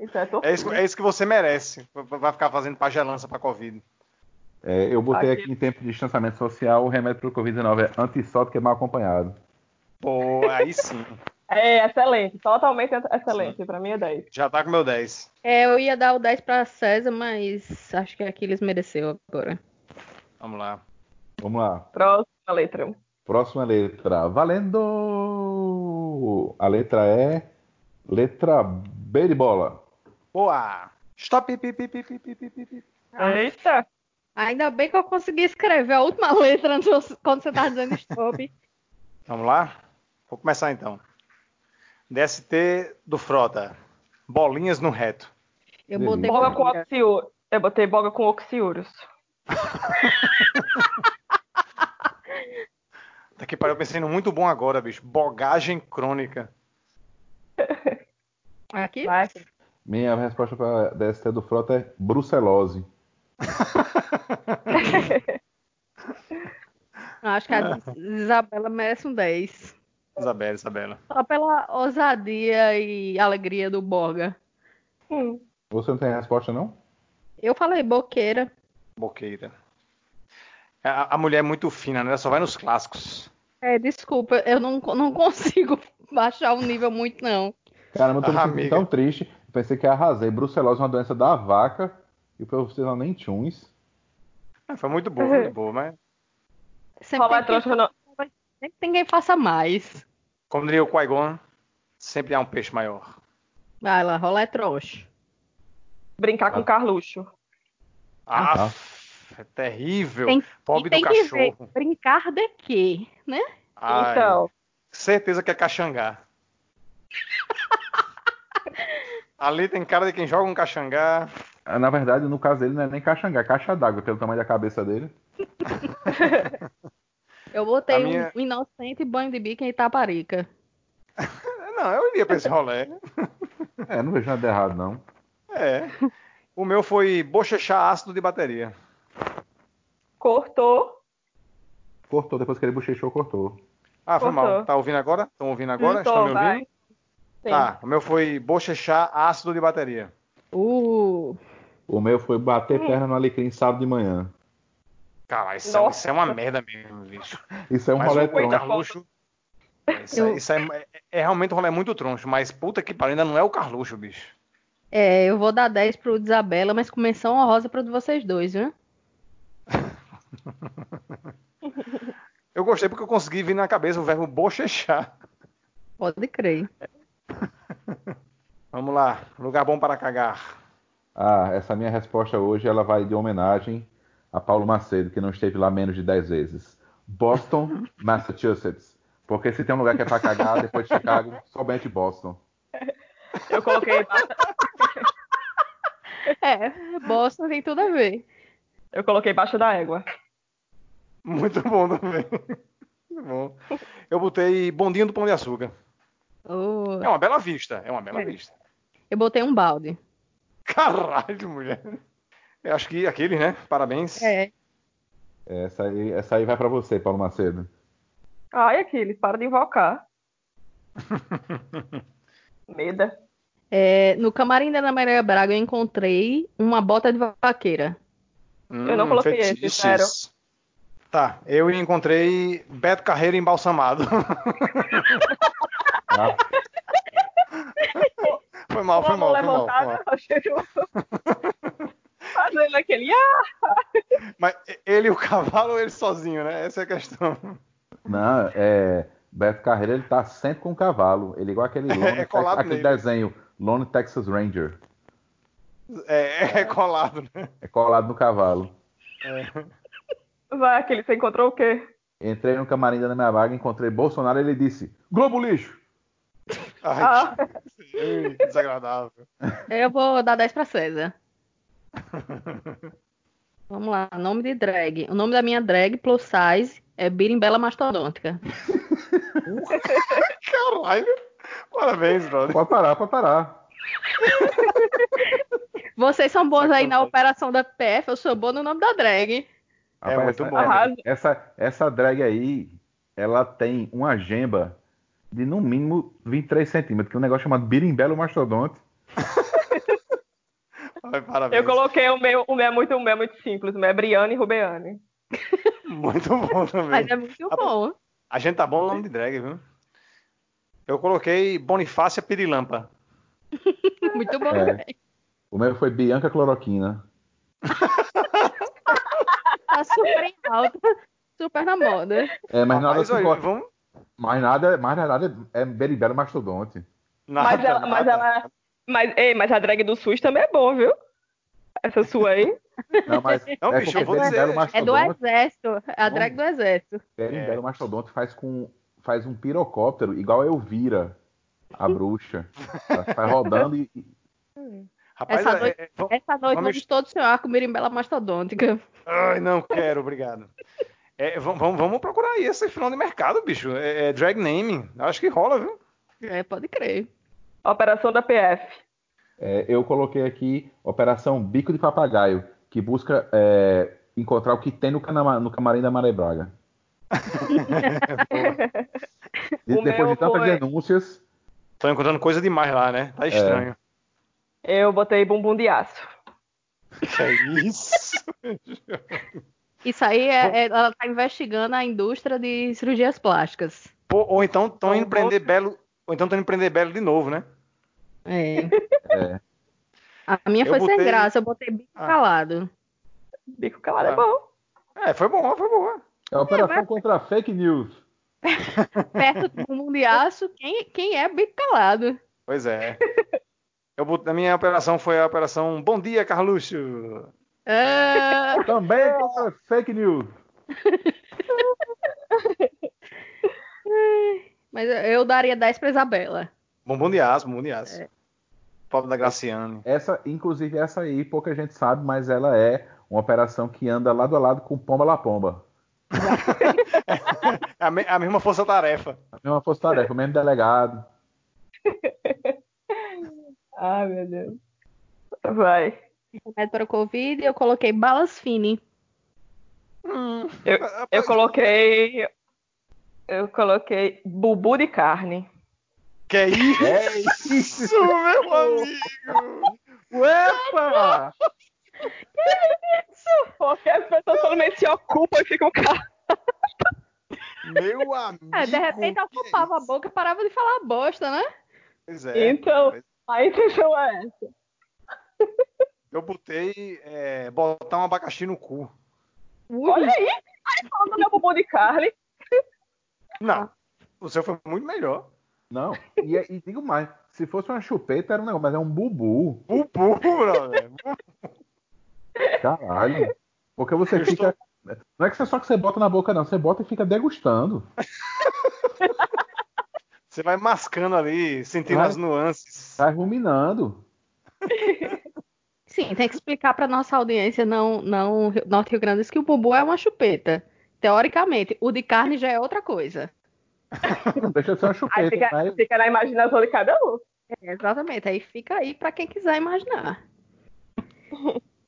S4: Isso é tortura.
S3: É isso, é isso que você merece. Vai ficar fazendo pagelança pra Covid.
S1: É, eu botei
S4: Aqui.
S1: aqui em tempo de distanciamento social, o remédio para o Covid-19 é antissótico e mal acompanhado.
S3: Pô, aí sim.
S4: É, excelente. Totalmente excelente. Pra mim é 10.
S3: Já tá com meu 10.
S2: é, eu ia dar o 10 pra César, mas acho que Aquiles mereceu agora.
S3: Vamos lá.
S1: Vamos lá.
S4: Próxima letra.
S1: Próxima letra. Valendo! A letra é letra B de bola.
S3: Boa! Stop! Pi, pi, pi, pi, pi, pi, pi, pi.
S2: Ah.
S4: Eita!
S2: Ainda bem que eu consegui escrever a última letra antes- quando você tá dizendo stop.
S3: Vamos lá? Vou começar então. DST do Frota. Bolinhas no reto.
S2: Eu botei
S4: Boga com
S2: Coringa.
S4: oxiúros. Eu botei boga com oxiúros.
S3: Daqui para Tá eu pensei no muito bom agora, bicho. Bogagem crônica.
S2: Aqui?
S4: Vai.
S1: Minha resposta para DST do Frota é brucelose.
S2: Acho que a Isabela merece um 10.
S3: Isabela, Isabela.
S2: Só pela ousadia e alegria do Borga.
S4: Hum.
S1: Você não tem resposta, não?
S2: Eu falei boqueira.
S3: Boqueira. A, a mulher é muito fina, né? Ela só vai nos clássicos.
S2: É, desculpa, eu não, não consigo baixar o nível muito, não.
S1: Cara, eu tô me
S3: Ah,
S1: sentindo
S3: amiga.
S1: tão triste. pensei que arrasei. Brucelose é uma doença da vaca e o professor nem tchuns.
S3: Ah, foi muito boa, muito boa, mas.
S2: Sempre tem,
S4: trouxa
S2: quem,
S4: não.
S2: sempre tem quem faça mais.
S3: Como diria o Qui-Gon, sempre há um peixe maior.
S2: Vai lá, rola é trouxa.
S4: Brincar com Carluxo.
S1: Ah.
S3: Ah, é terrível.
S2: Tem-
S3: Pobre
S2: e tem
S3: do
S2: que ver,
S3: cachorro.
S2: brincar de quê, né?
S3: Ai,
S4: Então,
S3: certeza que é caxangá. Ali tem cara de quem joga um caxangá.
S1: Ah, Na verdade, no caso dele, não é nem caxangá, é caixa d'água, pelo tamanho da cabeça dele.
S2: Eu botei
S3: A minha-
S2: um inocente banho de bico em Itaparica.
S3: Não, eu iria pra esse rolê.
S1: É, não vejo nada errado, não.
S3: É. O meu foi bochechar ácido de bateria.
S4: cortou.
S1: Cortou, depois que ele bochechou, cortou.
S3: Ah, foi
S4: Cortou.
S3: mal. Tá ouvindo agora? Estão ouvindo
S2: Hum,
S3: agora?
S4: Cortou,
S3: Estão me
S4: vai.
S3: ouvindo?
S4: Sim.
S3: Tá, o meu foi bochechar ácido de bateria.
S2: Uh,
S1: O meu foi bater
S3: Hum.
S1: perna no alecrim sábado de manhã.
S3: Cara, isso, é,
S4: Nossa.
S3: isso é uma merda mesmo, bicho.
S1: Isso é um
S3: Mas
S1: rolê
S3: o Rui
S1: tronco.
S3: Carluxo. Isso,
S2: Eu-
S3: isso é, é realmente um rolê muito troncho, mas puta que pariu, ainda não é o Carluxo, bicho.
S2: é, eu vou dar 10 pro Isabela, mas com menção honrosa pro de vocês dois, viu?
S3: Eu gostei porque eu consegui vir na cabeça o verbo bochechar.
S2: Pode crer.
S3: Vamos lá, lugar bom para cagar.
S1: Ah, essa minha resposta hoje ela vai de homenagem a Paulo Macedo, que não esteve lá menos de 10 vezes. Boston, Massachusetts. Porque se tem um lugar que é pra cagar, depois de Chicago, somente Boston.
S4: Eu coloquei, Massa-
S2: É, Boston tem tudo a ver.
S4: eu coloquei baixo da égua.
S3: Muito bom também. Muito bom. Eu botei bondinho do pão de açúcar.
S2: Uh,
S3: É uma bela vista, é uma bela
S4: É.
S3: vista.
S2: eu botei um balde.
S3: Caralho, mulher. Eu acho que aquele, né? Parabéns.
S2: É.
S1: Essa aí, essa aí vai pra você, Paulo Macedo.
S4: Ai, Aquiles, para de invocar. Meda.
S2: É, no camarim da Ana Maria Braga eu encontrei uma bota de vaqueira.
S4: Eu não coloquei esse,
S3: Hum, fetiches.
S4: sério.
S3: Tá, eu encontrei Beto Carreiro embalsamado.
S1: Ah,
S3: Foi mal, foi mal, foi mal. Foi mal.
S4: levantada, né, Fazendo aquele. Ah!
S3: Mas ele e o cavalo ou ele sozinho, né? Essa é a questão.
S1: não, é. Beto Carreiro, ele tá sempre com o cavalo. Ele é igual aquele, Lone,
S3: É, é colado
S1: aquele
S3: nele.
S1: desenho, Lone Texas Ranger.
S3: É, é colado, né?
S1: É colado no cavalo.
S4: Vai, Aquiles, você encontrou o quê?
S1: Entrei no camarim da minha vaga, encontrei Bolsonaro e ele disse: Globo lixo!
S3: Ai,
S4: Ah.
S3: que desagradável.
S2: Eu vou dar 10 pra César. Vamos lá, nome de drag. O nome da minha drag plus size é Birimbela Mastodôntica.
S3: Caralho. Parabéns, brother.
S1: Pode parar, pode parar.
S2: Vocês são bons aí na
S3: Sacanagem.
S2: operação da PF, eu sou boa no nome da drag.
S3: É muito
S1: essa,
S3: bom.
S4: Arrasa.
S1: Essa, essa drag aí, ela tem uma gemba de no mínimo 23 centímetros, que é um negócio chamado birimbelo mastodonte.
S3: Ai, Parabéns.
S4: Eu coloquei o meu, o meu é muito, o meu é muito simples, o meu é Briane e Rubeane.
S3: Muito bom também.
S2: Mas é muito bom.
S3: A gente tá bom no nome de drag, viu? Eu coloquei Bonifácia Pirilampa.
S2: Muito bom.
S1: É.
S2: velho.
S1: O meu foi Bianca Cloroquina.
S2: Tá super em alta, super na moda.
S1: É, mas nada
S3: Rapaz,
S1: se
S3: olha,
S1: importa.
S3: vamos...
S1: Mas nada, mas nada é birimbelo mastodonte.
S4: Mas
S3: Nada,
S4: ela, mas
S3: nada.
S4: ela. Mas, ei, mas a drag do SUS também é bom, viu? Essa sua aí.
S1: Não, mas
S3: Não,
S1: é
S3: um bicho,
S1: porque
S3: eu vou dizer-
S1: berimbelo
S2: É do
S1: mastodonte,
S2: exército, é a drag do exército.
S1: berimbelo mastodonte faz com faz um pirocóptero igual a Elvira, a bruxa. Ela Vai rodando e,
S3: Rapaz,
S2: Essa
S3: é-
S2: noite-
S3: é- vamos-
S2: Essa noite
S3: Vamos-
S2: vamos todos sonhar com Birimbela Mastodôntica.
S3: Ai, não quero, obrigado. É, vamos, vamos- vamos procurar aí esse final de mercado, bicho. É, é drag name. Acho que rola, viu?
S2: É, pode crer.
S4: Operação da PF.
S1: É, eu coloquei aqui Operação Bico de Papagaio, que busca é, encontrar o que tem no, cana- no camarim da Maré Braga. E
S4: O
S1: depois
S4: meu
S1: de tantas
S4: foi-
S1: denúncias,
S3: Estão encontrando coisa demais lá, né? Tá estranho.
S4: Eu botei bumbum de aço.
S3: Que é isso?
S2: Isso aí, é, é- ela tá investigando a indústria de cirurgias plásticas.
S3: Pô, ou então estão
S4: Então,
S3: indo prender Belo. Ou então estão indo prender Belo de novo, né?
S2: É. A minha
S3: Eu
S2: foi sem
S3: botei-
S2: graça, eu botei bico
S3: Ah.
S2: calado.
S4: Bico calado
S3: Ah.
S4: é bom.
S3: É, foi boa, foi boa.
S1: É a operação contra a fake news.
S2: Perto do mundo de aço, quem, quem é bico calado?
S3: Pois é. Eu bot- A minha operação foi a operação Bom Dia, Carluxo.
S2: Ah,
S1: Também é contra a fake news.
S2: mas eu- eu daria 10 pra Isabela.
S3: Bom, bom dia, bom dia. Pobre da Graciane.
S1: Essa, inclusive, essa aí pouca gente sabe, mas ela é uma operação que anda lado a lado com Pomba La Pomba.
S3: É a, me- a mesma força-tarefa.
S1: A mesma força tarefa, o é mesmo delegado.
S4: Ai, meu Deus. Vai.
S2: Remédio para o Covid, eu coloquei balas fine.
S4: Eu, eu coloquei. Eu coloquei bubu de carne.
S3: Que é isso, meu amigo? Uepa!
S4: Porque as pessoas somente se ocupam e ficam calmas.
S3: Meu amigo!
S2: É, de repente ela
S3: que
S2: ocupava a
S3: isso?
S2: boca e parava de falar bosta, né?
S3: Pois é.
S4: Então- A intenção é essa.
S3: Eu botei é, botar um abacaxi no cu.
S4: Olha aí! Aí falando do meu bubu de carne.
S3: Não, o seu foi muito melhor.
S1: Não, e, é, e digo mais, se fosse uma chupeta era um negócio, mas é um bubu.
S3: Bubu, brother.
S1: Caralho. Porque você
S3: Eu
S1: fica. Não é que você só que você bota na boca, não. Você bota e fica degustando.
S3: Você vai mascando ali, sentindo
S1: Vai.
S3: as nuances.
S1: Sai Tá ruminando.
S2: Sim, tem que explicar para nossa audiência não, não Norte Rio Grande que o bubu é uma chupeta. Teoricamente, o de carne já é outra coisa.
S1: Não deixa de ser uma chupeta. né?
S4: Aí fica,
S1: mas
S4: fica na imaginação de cada um.
S2: exatamente. Aí fica aí para quem quiser imaginar.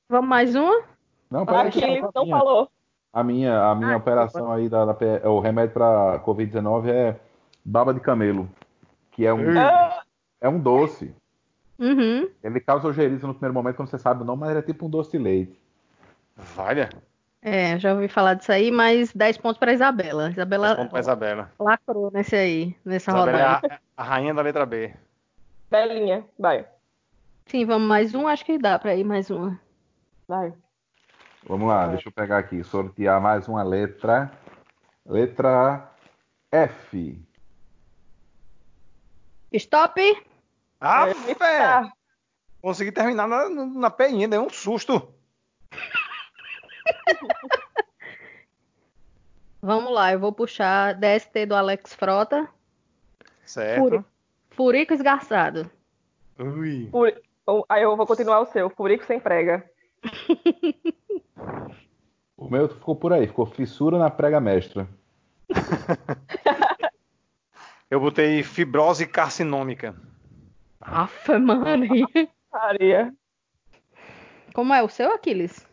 S2: Vamos mais uma?
S1: Não, peraí,
S4: Aqui
S1: deixa eu
S4: ele
S1: contar a
S4: não
S1: minha.
S4: falou.
S1: A minha, a minha operação aí, da, da P- é, o remédio para Covid-19 é baba de camelo, que é um,
S4: Ah,
S1: é um doce.
S2: Uhum.
S1: Ele causa ojeriza no primeiro momento, como você sabe, não, mas ele é tipo um doce de leite.
S3: Valha.
S2: É, já ouvi falar disso aí, mas 10 pontos para Isabela. Isabela
S3: Vamos pra Isabela.
S2: lacrou nesse aí, nessa
S3: Isabela é
S2: rodada.
S3: a, a rainha da letra B.
S4: Belinha. Vai.
S2: Sim, vamos mais um, acho que dá para ir mais uma.
S4: Vai.
S1: Vamos lá, deixa eu pegar aqui, sortear mais uma letra. Letra F.
S2: Stop!
S3: Ah,
S4: É,
S3: fé!
S4: Tá.
S3: Consegui terminar na, na P ainda, é um susto.
S2: Vamos lá, eu vou puxar DST do Alex Frota.
S3: Certo.
S2: Purico esgarçado.
S3: Ui.
S4: Furi- Oh, Aí eu vou continuar o seu. Furico sem prega.
S1: O meu ficou por aí, ficou fissura na prega mestra.
S3: Eu botei fibrose carcinômica.
S2: Afa, mano.
S4: Maria.
S2: Como é o seu, Aquiles?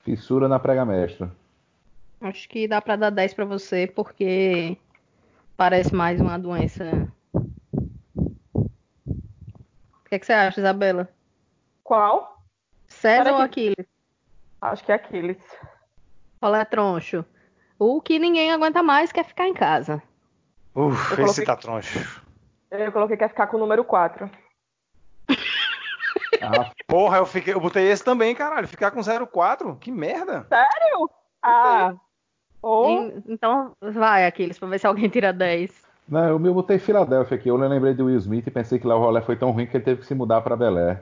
S1: Fissura na prega mestra.
S2: Acho que dá pra dar 10 pra você, porque parece mais uma doença. O que, é que você acha, Isabela?
S4: Qual?
S2: César
S4: Para
S2: ou
S4: que-
S2: Aquiles?
S4: Acho que é Aquiles.
S2: Olá, troncho. O que ninguém aguenta mais quer ficar em casa.
S3: Uf,
S4: Eu
S3: esse
S4: coloquei-
S3: tá troncho.
S4: Eu coloquei que ia ficar com o número 4.
S1: Ah,
S3: Porra, eu, fiquei, eu botei esse também, caralho. Ficar com 04? Que merda.
S4: Ah! Ou.
S2: En- Então, vai, Aquiles, pra ver se alguém tira 10.
S1: não, eu me botei Filadélfia aqui. Eu lembrei do Will Smith e pensei que lá o rolê foi tão ruim que ele teve que se mudar para Belé.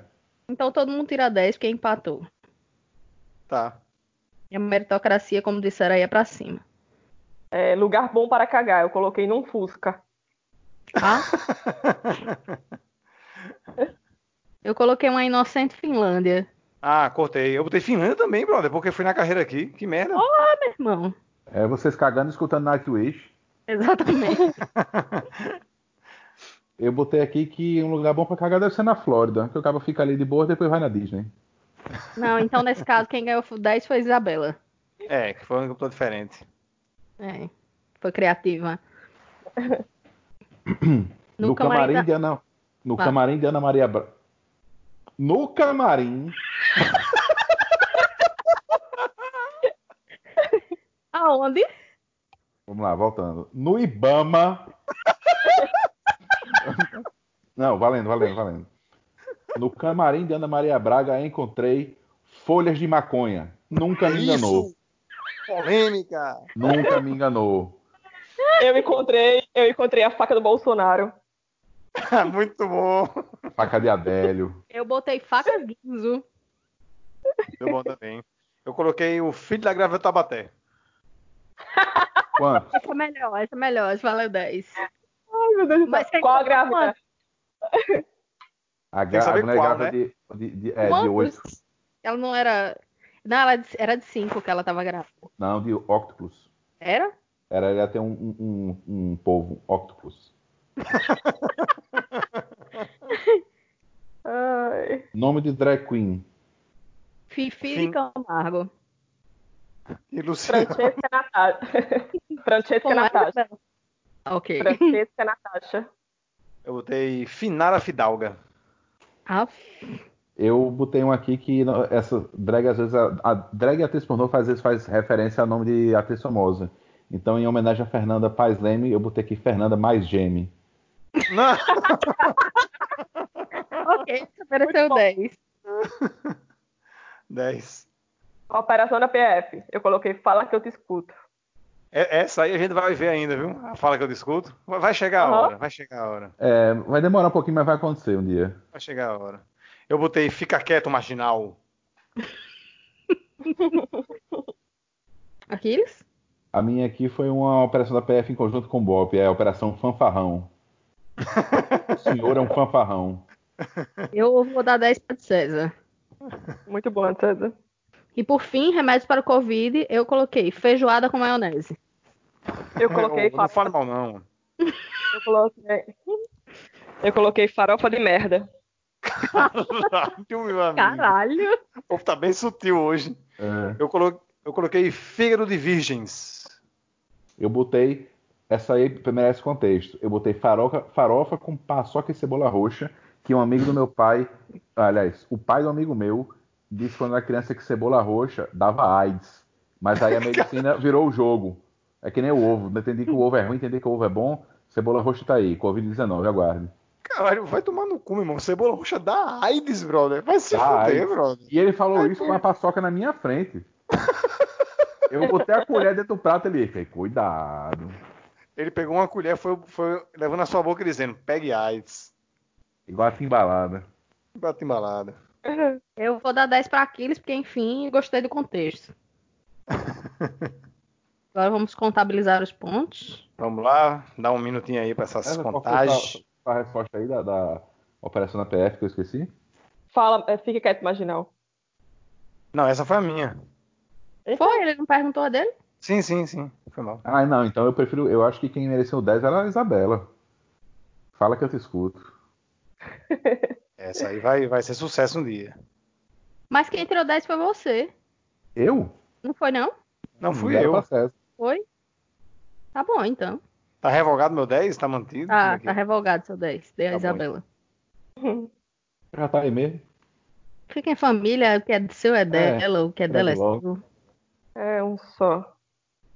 S2: Então todo mundo tira 10, porque empatou.
S3: Tá.
S2: E a meritocracia, como disseram aí, é pra cima.
S4: É, lugar bom para cagar. Eu coloquei num Fusca.
S2: Tá? Eu coloquei uma inocente Finlândia,
S3: Ah, cortei. Eu botei Finlândia também, brother, porque fui na carreira aqui. Que merda.
S2: meu irmão.
S1: É vocês cagando e escutando Nightwish.
S2: Exatamente.
S1: Eu botei aqui que um lugar bom pra cagar deve ser na Flórida, que o cabo fica ali de boa e depois vai na Disney.
S2: Não, então nesse caso, quem ganhou 10 foi Isabela.
S3: É, que foi um computador diferente.
S2: É, foi criativa.
S1: No, camarim de Ana. No
S2: Vai.
S1: camarim de Ana Maria Bra... No camarim.
S2: da- Aonde?
S1: Vamos lá, voltando. No Ibama. Não, valendo, valendo, valendo. No camarim de Ana Maria Braga encontrei folhas de maconha. Nunca me enganou.
S3: Isso! Polêmica!
S1: Nunca me enganou.
S4: Eu encontrei, eu encontrei a faca do Bolsonaro.
S3: Muito bom.
S1: Faca de Adélio.
S2: Eu botei faca guinzo.
S3: Muito bom também. Eu coloquei o filho da grávida Tabaté.
S1: Quanto?
S2: Essa é melhor, essa é melhor, essa valeu 10.
S1: É,
S4: Ai, meu Deus do céu.
S2: Mas quem
S4: Qual a
S2: encontrou
S4: grávida?
S2: quantos?
S1: A,
S3: que
S1: gra... a
S3: saber
S1: mulher
S3: qual, né?
S1: grávida de, de, de, é, de
S2: Quantos?
S1: oito.
S2: Ela não era. Não, ela é de- era de 5 que ela tava grávida.
S1: Não, de octopus.
S2: Era?
S1: Era ela ter um, um, um, um povo octopus.
S4: Ai.
S1: Nome de drag queen.
S2: Fifi
S3: Sim.
S2: de Camargo.
S3: E Luciano.
S4: Francesca Natasha. Francesca
S2: Como é? era,
S4: Natasha.
S2: Bela? Ok.
S4: Francesca Natasha.
S3: Eu botei Finara Fidalga.
S2: Ah,
S1: Eu botei um aqui que não- essa drag, às vezes, a, a drag atriz pornô às vezes faz referência ao nome de atriz famosa. Então, em homenagem a Fernanda Paz Leme, eu botei aqui Fernanda mais Geme.
S3: Não,
S2: ok, apareceu
S4: Muito bom.
S2: 10.
S3: 10.
S4: Operação da PF. Eu coloquei fala que eu te escuto.
S3: É- Essa aí a gente vai ver ainda, viu? A fala que eu discuto. Vai- Vai chegar a
S4: Aham.
S3: hora, vai chegar a hora.
S1: É, vai demorar um pouquinho, mas vai acontecer um dia.
S3: Vai chegar a hora. Eu botei Fica Quieto, Marginal.
S2: Aquiles?
S1: A minha aqui foi uma operação da PF em conjunto com o BOP, é a Operação Fanfarrão. o senhor é um fanfarrão.
S2: Eu vou dar 10 para César.
S4: Muito bom, César.
S2: E por fim, remédios para o Covid, eu coloquei feijoada com maionese.
S3: É,
S4: Eu coloquei,
S3: Não
S4: farofa,
S3: fale mal, não.
S4: eu coloquei, né? eu coloquei farofa de merda.
S3: Caralho, meu amigo.
S2: Caralho!
S3: O povo tá bem sutil hoje.
S1: É.
S3: Eu colo- eu coloquei Fígado de Virgens.
S1: Eu botei. Essa aí merece contexto. Eu botei farofa, farofa com paçoca e cebola roxa, que um amigo do meu pai, aliás, o pai do amigo meu, disse quando era criança que cebola roxa dava AIDS. Mas aí a medicina virou o jogo. É que nem o ovo. Entendi que o ovo é ruim, entendi que o ovo é bom. Cebola roxa tá aí, Covid-19, aguarde.
S3: Caralho, vai tomar no cu, meu irmão. Cebola roxa dá AIDS, brother. Vai se
S1: Dá
S3: fuder,
S1: AIDS.
S3: brother.
S1: E ele falou isso com uma paçoca na minha frente. Eu botei a colher dentro do prato ali. Falei, cuidado.
S3: Ele pegou uma colher, foi, foi levando na sua boca e dizendo: pegue AIDS.
S1: Igual a timbalada.
S3: Bate embalada.
S2: Eu vou dar 10 para Aquiles, porque enfim, gostei do contexto. Agora vamos contabilizar os pontos.
S3: Vamos lá, dá um minutinho aí pra essas
S1: Essa, qual foi
S3: contagens.
S1: A, a resposta aí da, da operação da PF que eu esqueci?
S4: Fala, é, fica quieto, marginal.
S3: Não, essa foi a minha.
S2: Foi? Ele não perguntou a dele?
S3: Sim, sim, sim. Foi mal.
S1: Ah, não, então eu prefiro. Eu acho que quem mereceu o 10 era a Isabela. Fala que eu te escuto.
S3: Essa aí vai, vai ser sucesso um dia.
S2: Mas quem tirou 10 foi você.
S1: Eu?
S2: Não foi, não?
S3: Não fui
S1: Deram pra
S3: eu.
S1: César.
S2: Foi? Tá bom, então.
S3: Tá revogado meu 10? Tá mantido?
S2: Tá,
S3: Como
S2: tá
S3: é que-
S2: revogado seu 10. Dei a
S3: Tá bom,
S2: Isabela.
S1: Já tá aí mesmo.
S2: Fica em família, o que é seu é dela, o que é
S1: é
S2: dela é
S1: logo.
S2: seu.
S4: É um só.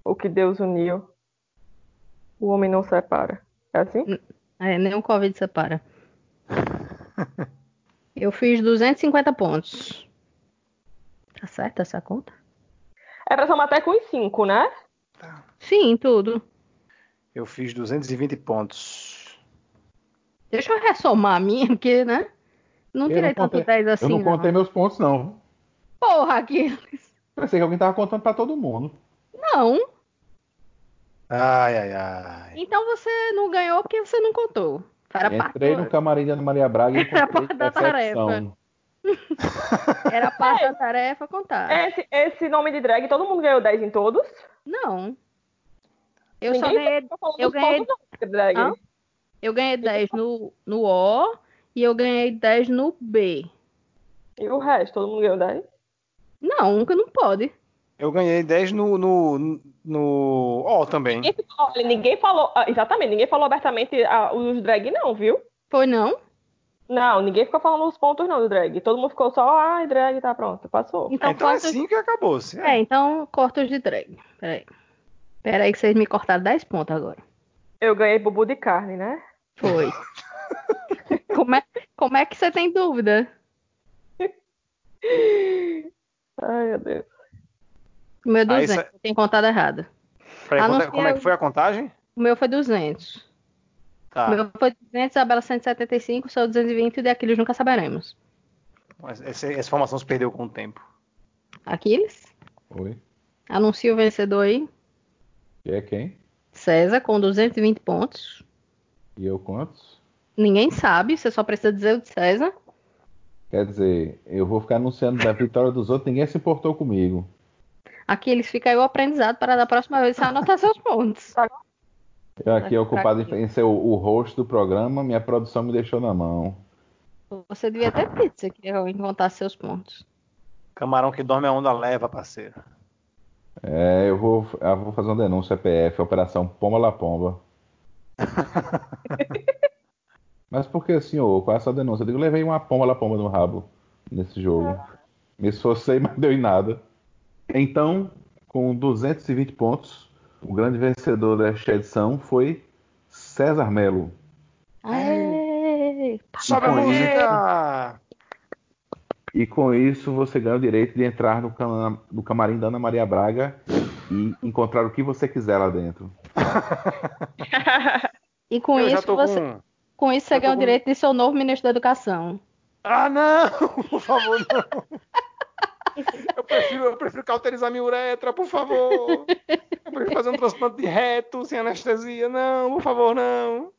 S4: O que Deus uniu, o homem não separa. É assim?
S2: É, nenhum Covid separa. Eu fiz 250 pontos. Tá certa essa conta?
S4: É pra somar até com os cinco, né?
S2: Sim, tudo.
S3: Eu fiz 220 pontos.
S2: Deixa eu ressomar a minha, porque, né? Não
S1: Eu
S2: tirei
S1: não
S2: tanto
S1: contei-
S2: 10 assim.
S1: eu não
S2: não.
S1: contei meus pontos, não.
S2: Porra, aqui.
S1: Pensei que alguém tava contando pra todo mundo.
S2: Não.
S3: Ai, ai, ai.
S2: Então você não ganhou porque você não contou. Era parte.
S1: Entrei no camarim da Ana Maria Braga e
S2: Era
S1: encontrei
S2: parte da tarefa.
S1: decepção.
S2: Era parte da tarefa contar.
S4: Esse, esse nome de drag, todo mundo ganhou 10 em todos?
S2: Não. Eu só
S4: Ninguém
S2: ganhei
S4: tá falando
S2: eu
S4: dos
S2: ganhei-
S4: pontos, não, de drag.
S2: Hã? Eu ganhei 10 no, no O e eu ganhei 10 no B.
S4: E o resto, todo mundo ganhou 10?
S2: Hum. Não, nunca não pode.
S3: Eu ganhei 10 no. no. no. Ó, também.
S2: Então,
S4: Ninguém, olha, ninguém falou, ah, exatamente, ninguém falou abertamente ah, os drag não, viu?
S2: Foi não?
S4: Não, ninguém ficou falando os pontos não do drag. Todo mundo ficou só, ai, drag, tá pronto, passou.
S2: Então,
S3: então é
S2: corta os-
S3: assim que acabou. se
S2: É, então corta os de drag. Peraí. Peraí que vocês me cortaram 10 pontos agora.
S4: Eu ganhei bubu de carne, né?
S2: Foi. Como é? Como é que você tem dúvida?
S4: Ai, meu Deus.
S2: O meu é
S3: Aí
S2: 200, tem contado errado.
S3: Peraí,
S2: Ah,
S3: conta-
S2: não,
S3: como é que
S2: eu-
S3: foi a contagem?
S2: O meu foi 200.
S3: Tá.
S2: O meu foi 200, a Bela 175, o seu 220 e de Aquiles nunca saberemos.
S3: Mas essa, essa formação se perdeu com o tempo.
S2: Aquiles?
S1: Oi.
S2: Anuncia o vencedor aí.
S1: E é quem?
S2: César com 220 pontos.
S1: E eu quantos?
S2: Ninguém sabe, você só precisa dizer o de César.
S1: Quer dizer, eu vou ficar anunciando da vitória dos outros, ninguém se importou comigo.
S2: Aquiles fica aí o aprendizado para da próxima vez você anotar seus pontos.
S1: Eu aqui
S2: Tá
S1: ocupado
S2: fraquinho.
S1: em em ser o, o host do programa, minha produção me deixou na mão.
S2: Você devia ter dito, você queria alguém contar seus pontos.
S3: Camarão que dorme a onda leva, parceiro.
S1: É, eu vou, eu vou fazer uma denúncia PF, Operação Pomba La Pomba. Mas por que, senhor? Qual é a sua denúncia? Eu digo, levei uma pomba La Pomba no rabo nesse jogo. Me esforcei, mas não deu em nada. Então, com 220 pontos, o grande vencedor desta edição foi César Melo.
S3: É.
S2: Aê!
S3: Sobe a
S1: com
S3: música!
S1: E com isso você ganha o direito de entrar no, cana- no camarim da Ana Maria Braga e encontrar o que você quiser lá dentro.
S2: E com
S3: eu já
S2: isso,
S3: tô
S2: você,
S3: com...
S2: com isso
S3: já
S2: você
S3: tô
S2: ganha o
S3: com-
S2: direito de ser o novo ministro da Educação.
S3: Ah, não! Por favor, não! Eu prefiro, eu prefiro cauterizar minha uretra, por favor! Eu prefiro fazer um transplante de reto, sem anestesia. Não, por favor, não!